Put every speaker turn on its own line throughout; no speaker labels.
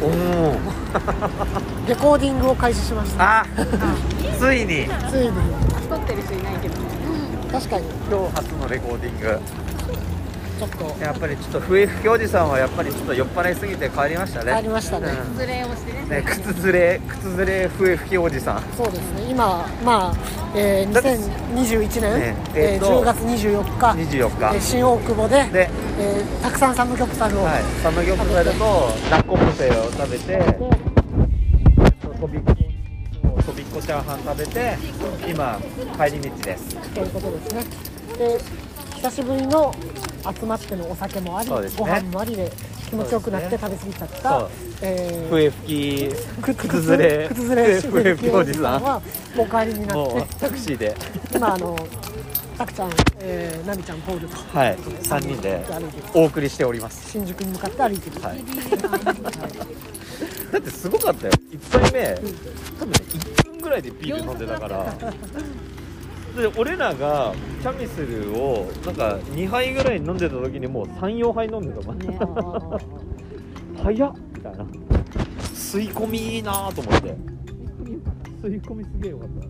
おお
レコーディングを開始しました
あついに
ついに
撮ってる人いないけど
確かに
今日初のレコーディング
ちょっと
やっぱりちょっと笛吹きおじさんはやっぱりちょっと酔っ払いすぎて帰りましたね
帰りましたね
うん
ズレをしてね
ね靴ずれ靴ずれ笛吹きおじさん
そうですね今まあ、えー
だって
2021年、
ねえ
え
ー
ー
と
10月24日
24
えー
日
新大久保で
で、
えーたくさんサムギョプサルを、
はい、サムギョプサルとナッコプセを食べてとびっことびっこチャーハン食べて今帰り道です
ということですねで久しぶりの集まってのお酒もあり、
そうですね
ご飯もありで気持ちよくなって食べ過ぎちゃった、
そう
えー
笛吹き靴ず
ず
れ
靴ずれし
笛吹きおじさん
はお帰りになっ
も
て
うタクシーで
今あのたくちゃん、えー、なみちゃんポールと
はい3人で
歩いてる
お送りしております
新宿に向かって歩いてる、
はいだってすごかったよ1杯目多分ね1分ぐらいでビール飲んでたからで俺らがキャミスルをなんか2杯ぐらい飲んでた時にもう34杯飲んでたもんね 早っみたいな吸い込みいいなと思って吸い込みすげえよかった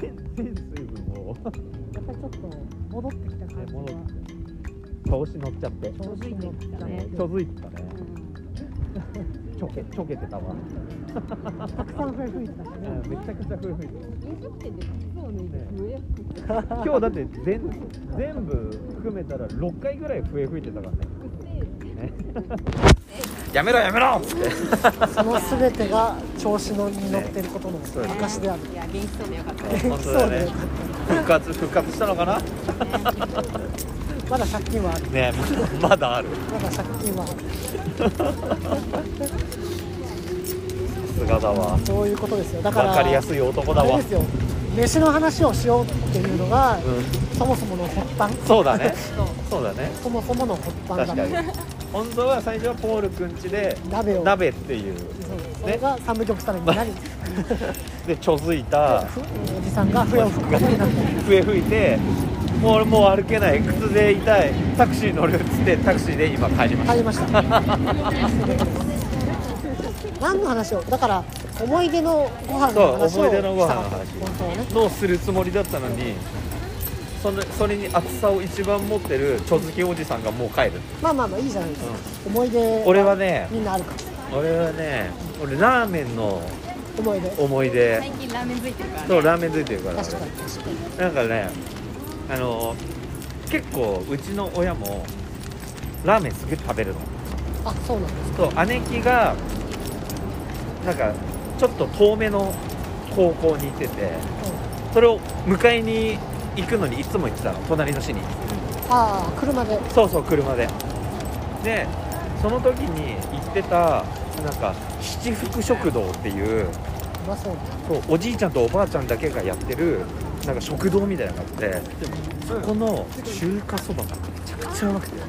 全全水分を
やっぱりちょっと戻ってきた感じは
戻って調子乗っちゃって
調子に乗ったね
ちょづいてたねちょけちょけてたわ
たくさん増え増えてたしね
めちゃくちゃ増え増えて
飲食店で靴を脱いで笛を吹く
た今日だって全全部含めたら6回ぐらい笛吹いてたからねね やめろやめろっ つって
その全てが調子のに乗ってることの証である、
いや元気そうでよかったね
本当だね復活復活したのかな
まだ借金はある
ねままだある
まだ借金はある
さすがだわ
そういうことですよだから
分かりやすい男だ
あ
わ
れですよ飯の話をしようっていうのが、
う
そもそもの発端
んそうだねそうだね
そもそもの発端
確か
だ
に本当は最初はポールくんちで
鍋を
鍋っていう
そうそれがサムギョプサルになり、
でちょづいた
ふおじさんが笛を吹くことになって
笛吹いてもう俺もう歩けない靴で痛いタクシー乗るっつってタクシーで今帰りました
帰りました何の話をだから思い出のご飯の話を
そう思い出のご飯の話
したかった本当はね
のするつもりだったのにそのそれに厚さを一番持ってるちょづきおじさんがもう帰る
まあまあまあいいじゃないですか、思い出
俺はね
みんなあるから
俺はね俺ラーメンの
思い出
思い出
最近ラーメン付いてるからね
そうラーメン付いてるから
確かに確かに
なんかねあの結構うちの親もラーメンすげえ食べるの
あそうなんです
そう姉貴がなんかちょっと遠めの高校に行っててそれを迎えに行くのにいつも行ってたの隣の市に
ああ車で
そうそう車ででその時に行ってたなんか七福食堂っていう
うまそうな
そうおじいちゃんとおばあちゃんだけがやってるなんか食堂みたいなのがあってそこの中華そばがめちゃくちゃうまくて
うん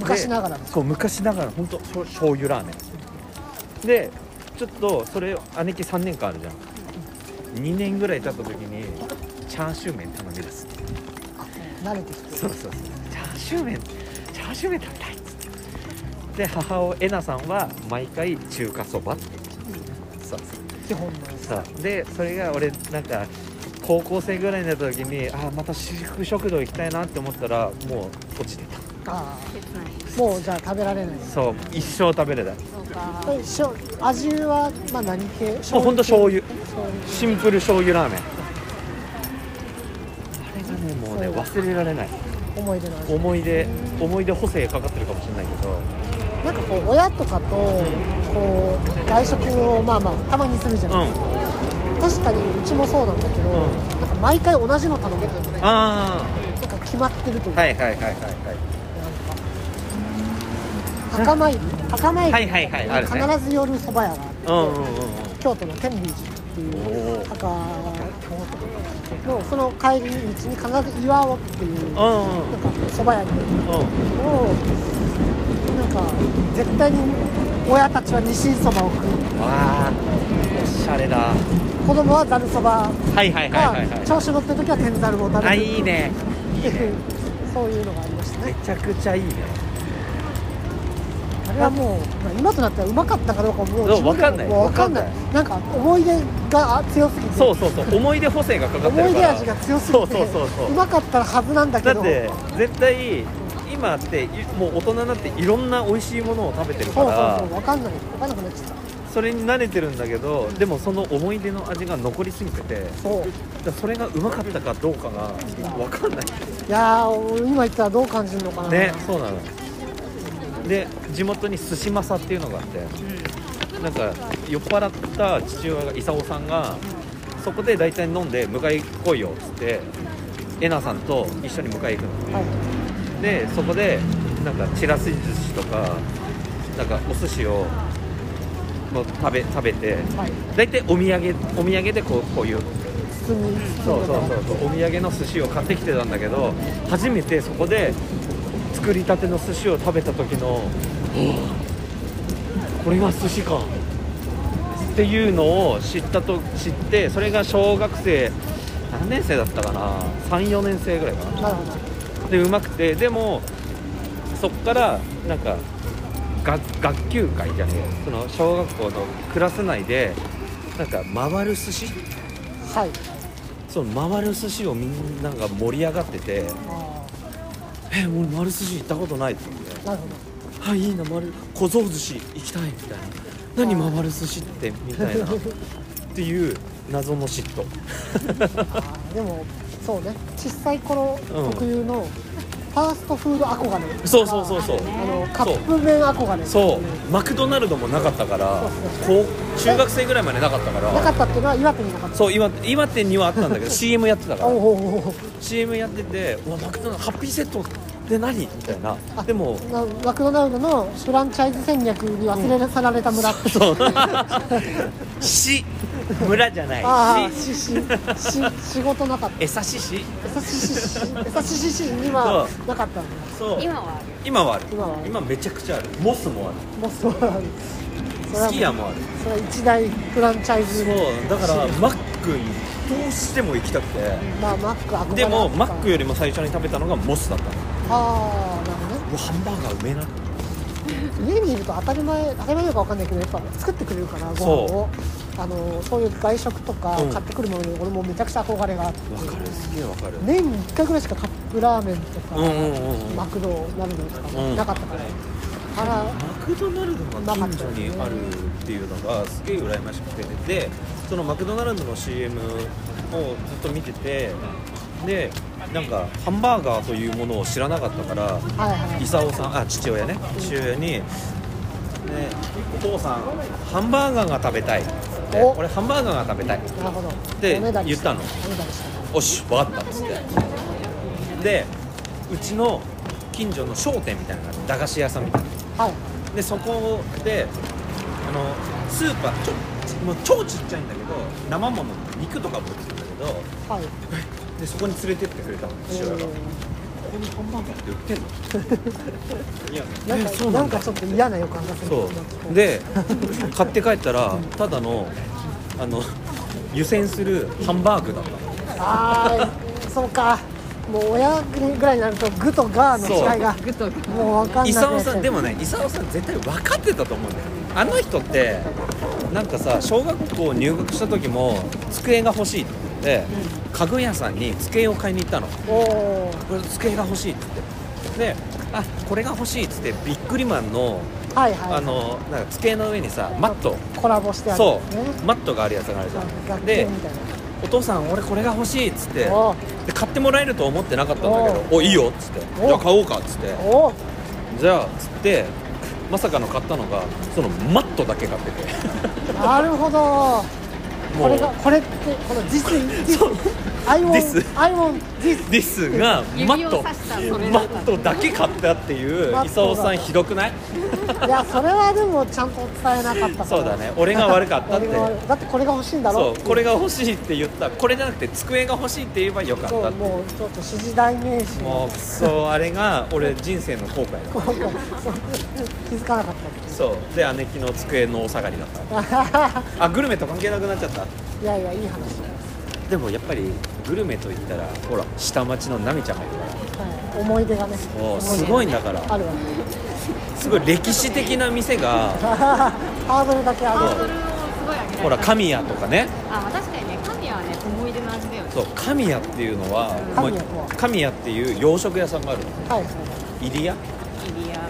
昔ながらの
そう昔ながら本当しょ醤油ラーメンでちょっとそれ姉貴3年間あるじゃん2年ぐらい経った時にチャーシュー麺頼み出す
慣れてきて
そうそうそうチャーシュー麺チャーシュー麺食べたいっつってで母をえなさんは毎回中華そばって言ってたそうそう
基本の
そうでそれが俺なんか高校生ぐらいになった時にあーまた私服食堂行きたいなって思ったらもう閉じてた
ああ
切ない
もうじゃあ食べられない
そう一生食べれない
そうか
えしょ味はまあ何系
もうほんと醤油
醤油
シンプル醤油ラーメンあれがねもうね忘れられない
思い出の味
思い出思い出補正かかってるかもしれないけど
なんかこう親とかとこう外食をまあまあたまにするじゃ
う
ない、
ん
確かにうちもそうなんだけど、
うん
なんか毎回同じの頼むとねなんか
あ
決まってるという
あ
か、
はいはいはいはいはい
なんか墓参り墓参り
はいはいはいあるね
必ず寄る蕎麦屋が
う
あ
ん
って、
うんうんうん
京都の天龍寺ってい
お
う
ー
墓京都のその帰り道に必ず岩尾っていうなんか
うんうん
蕎麦屋に行るんだ
うん
けどなんか絶対に親たちは西蕎麦を食う
わあおしゃれだは
子供はざる蕎麦
いはいはいはい
が
はい
調子乗ってる時は天ざるを食べ
あ
る
いいね
っていうそういうのがありました
め
ね
ちゃくちゃいいね
それはもう、まあ今となってはうまかったかどうかもう
そう
自分でも
わかんない
もうわかんない
わかん
なんか思い出が強すぎて
そうそうそう思い出補正がかかって
思
る
い
か
出
ら
味が強すぎ
そ
て
うそうそうそう
まかったはずなんだけ
だ
ど
って絶対今っていもう大人になっていろんな美味しいものを食べてるか
そうそう
ら
そうわかんないわかんなくなっちゃった
それに慣れてるんだけどでもその思い出の味が残りすぎててだか
そう
らそれがうまかったかどうかが分かんない
いやー俺今言ったらどう感じるのかな
ねそうなので地元に寿司マサっていうのがあってなんか酔っ払った父親が功さんがそこで大体飲んで迎え来いよっつってえなさんと一緒に迎え行くの
はい
でそこでなんかちらし寿司とかなんかお寿司をもう食べ食べて
はい
大体お土産お土産でこうこういう
包み包
そ
ん
う
で
そうそうそうお土産の寿司を買ってきてたんだけど初めてそこで作りたての寿司を食べた時の これが寿司かっていうのを知ったと知ってそれが小学生何年生だったかな34年生ぐらいかな
なるほど
でうまくてでもそっからなんか学学級会じゃねえよその小学校のクラス内でなんか回る寿司
はい
その回る寿司をみんなが盛り上がってて
あ
「え俺回る寿司行ったことない」って言って
ーなる
「
ほ
はいいいな回る小僧寿司行きたい」みたいな「何回る寿司って」みたいなっていう謎の嫉妬
どあーでもそうね小さい頃
うん
特有のファーストフード憧れ
そうそうそうそう
あのカップ麺憧れ
そうマクドナルドもなかったからこう中学生ぐらいまでなかったから
なかったっていうのは岩手になかった
そう岩岩手にはあったんだけど CM やってたか
おう
ら
おうおう
CM やってて「うわマクドナルドハッピーセットって何?」みたいな
あ
でも
なマクドナルドのフランチャイズ戦略に忘れ去られた村っていう
そう市村じゃ
あ
な
あ
い市
ししし仕事なかった
江差し市
エサシシシエサシシシにはなかったんだ
そう
今はある
今はある
今はある
今めちゃくちゃあるモスもあ
もうそうなんそれ
るす
は
き家もある
それは一大フランチャイズ
そうだからマックにどうしても行きたくて
まあマック憧れ
でもマック
よ
よりも最初に食べたのがモスだったのう
ああなるほ
わハンバーガーうめえな
どね家にいると当たり前当たり前なのかわかんないけどやっぱ作ってくれるからご飯をあのそういう外食とか
うん
買ってくるものに俺もめちゃくちゃ憧れがあって
わかるすげえわかる
年に1回ぐらいしかカップラーメンとか
うんうんうんうん
マクドナルドとか
うん
なかったからあら
マクドナルドが近所にあるっていうのがすげえ羨ましくてでそのマクドナルドの CM をずっと見ててでなんかハンバーガーというものを知らなかったから
はいはい
功さんあ父親ね父親に、ね「お父さんハンバーガーが食べたい」って
お
俺ハンバーガーが食べたい」
なるほど
で
おねだりした
言った
おねだりした
おし分かったっつってでうちの近所の商店みたいなのがあって駄菓子屋さんみたいな
はい
でそこであのスーパーちょちもう超ちっちゃいんだけど生もの肉とかも売ってるんだけど
はい
でそこに連れてってくれたの父親が「ここにハンバーガーって売ってんの?いや」
なん
い
か
やそう
な
なんん
か
だ
ちょっと嫌な予感がする
そうで買って帰ったらただのあの湯煎するハンバーグだったの
ああそうかもう親ぐらいになると具とガーの違いが
グッと
もう分かんない
功さんでもね功さん絶対分かってたと思うんだよあの人ってなんかさ小学校入学した時も机が欲しいって言って家具屋さんに机を買いに行ったのこ
おおー
れ机が欲しいって言ってであこれが欲しいっつってビックリマンの
はいはい
あのなんか机の上にさマット
コラボしてある
そ
んですね
うマットがあるやつがあるじゃん
学
で
研みたい
お父さん俺これが欲しいっつって
なおー
で買ってもらえると思ってなかったんだけどおいいよっつって
お
じゃあ買おうかっつって
おー
じゃあつってまさかの買ったのがそのマットだけ買ってて
なるほど
も
こ
う
れがこれってこの this this I
This
want I want this
ディスがマッ
指
ト
を刺したそれ
マ
だった
ットだけ買ったっていう
マット
功
だ
さんひどくない
いやそれはでもちゃんと伝えなかったから
そうだね俺が悪かったって
俺が悪いだってこれが欲しいんだろ
そうこれ
が
が欲しいって言ったこれじゃなくて机が欲しいって言えばよかった
そ
っ
う
て
もうちょっと指示代名詞
もうくそうあれが俺人生の後悔だ
そう気づかなかった
そうで姉貴の机のお下がりだった
い
あグルメと関係なくなっちゃった
や いやいい話だ、
でもやっぱりグルメと言ったらほら下町のナミちゃんがいるから
はい、思い出がね
もう
思出
すごいんだから
あるわ
すごい歴史的な店が
ハードルだけ上
ハ
げ
ー
る
ドルをすごい上げられた
ほら神谷とかね
あまあ確かにね神はね思い出の味だよね
そう神谷っていうのは
神谷とは
神谷っていう洋食屋さんがあるの
はい
入谷
入りや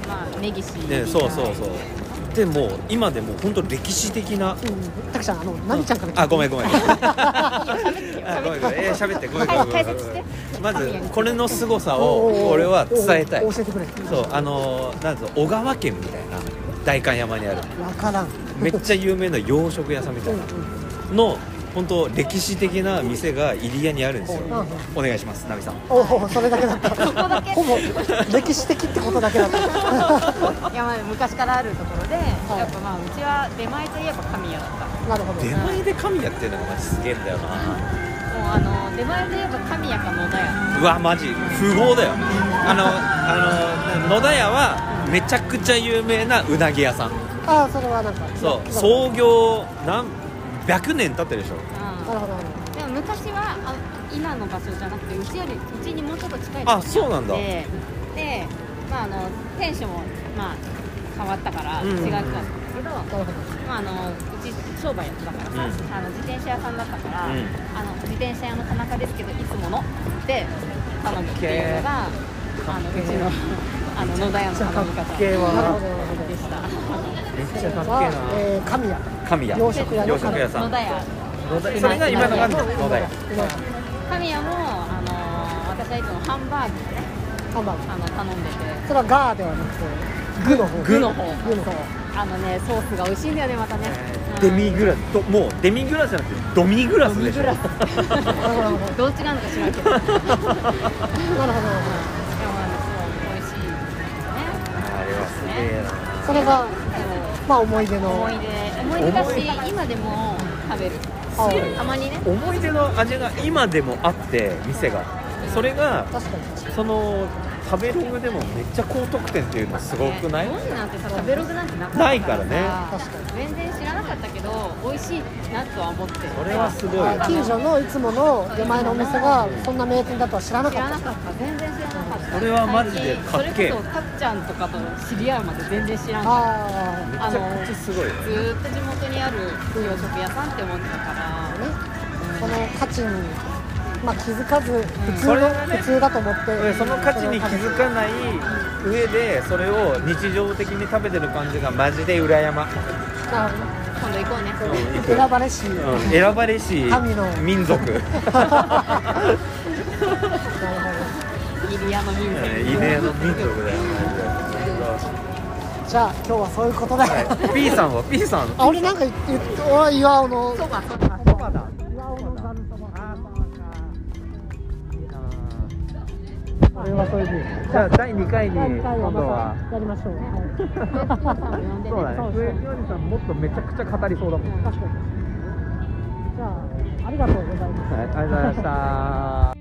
まあ根岸
でそうそうそうでもう今でも本当歴史的な
うんたくちゃん あのナミちゃんから聞いて
あごめんごめん あごめ
喋ってよ
んごめんえー喋ってごめんごめ
早
ん
く
ごめ
解
ん
説して
まず
神谷
これの凄さ
おー
を俺は伝えたい
おー教えてくれ
そうあのーなんぞ小川県みたいな代官山にある
わからん
めっちゃ有名な洋食屋さんみたいなの本当歴史的な店が入谷にあるんですよ
うん
お願いしますナミさん
おおそれだけだった
そこだけ
ほぼ歴史的ってことだけだった
いやまあ昔からあるところで、やっぱまあうちは出前といえば神谷だった
なるほど
出前で神谷っていうのがマジすげえんだよな
もうあの出前といえば神谷か野田屋
うわマジ富豪だよあのあの野田屋はめちゃくちゃ有名なうなぎ屋さん
ああそれはなんか
そう
そう
創業何百年経ってるでしょ
なるほどなる
うんでも昔はあ今の場所じゃなくてうちよりうちにもうちょっと近いとこに
あそうなんだ
でで、まあ、あの店主も、まあ、変わったから
うんうん
違う
うん
人だったんですけど、
ほどなるほ
まあ、あのうち商売やってたか
うん
らさ、あの自転車屋さんだったから、
うん
あの自転車屋の田中ですけどいつもので頼むっていうのがあのうちのあの野田屋の頼み方で
系
どなるほどなるほど
した。
めっ
それは、えー、神谷
神谷
洋食屋の
洋食屋さ
野
ん
田屋
野田それが今のが野田屋
神谷もあの私はいつもハンバーグをね
ハンバーグ
あの頼んでて
それはガーではなくて具の方
具
の方
具の方
あのねソースが美味しいんだよねまたね、
デミグラスどもうデミグラスじゃなくてドミグラスでしょ
ラス どう違うのか知らんけどでもあのそ
なるほど
う
なるほ
美味しいですね
あれはすげえな
どそれがまあ思い出の
思い出思い出だし今でも食べる
あ
たまにね
思い出の味が今でもあって店がそれが
確かに確か
その食べログでもめっちゃ高得点っていうのすごくない
ね日本なんてさ食べログなんてなかった
ないからね
さ全然知らなかったけど美味しいなとは思ってる
それはすごい
に近所のいつもの出前のお店がそんな名店だとは知らな
知
からっ
な
た
かった全然知らなかった
これはマジでかっ
最近
けえ
それこそかっちゃんとかと知り合うまで全然知らんかっ
あ
めち
た
ゃ
あの
くちゃすごいよ
ずーっと地元にある洋食屋さんって思ってたから
あねその価値にまあ気づかず普通
それ
の
がね
普通だと思って
でその価値に気づか
い
ない上でそれを日常的に食べてる感じがマジで羨ま
今度行こうね
選ばれし
うん選ばれし
神の
民族
入谷の民族
異例の民族だよ
じゃあ今日はそういうことだよ、
マジで P さんは P さん
あ俺なんか言って言っておい岩尾の
そうかそうか
そばだ岩尾のざるそばこれはそういうふうに
じゃあ第2回に
第二
今
回は
度は
またやりましょう、
んも呼んでね
そうだね
そうそう
上清治さんもっとめちゃくちゃ語りそうだもん
確かにじゃあありがとうございます
はいありがとうございました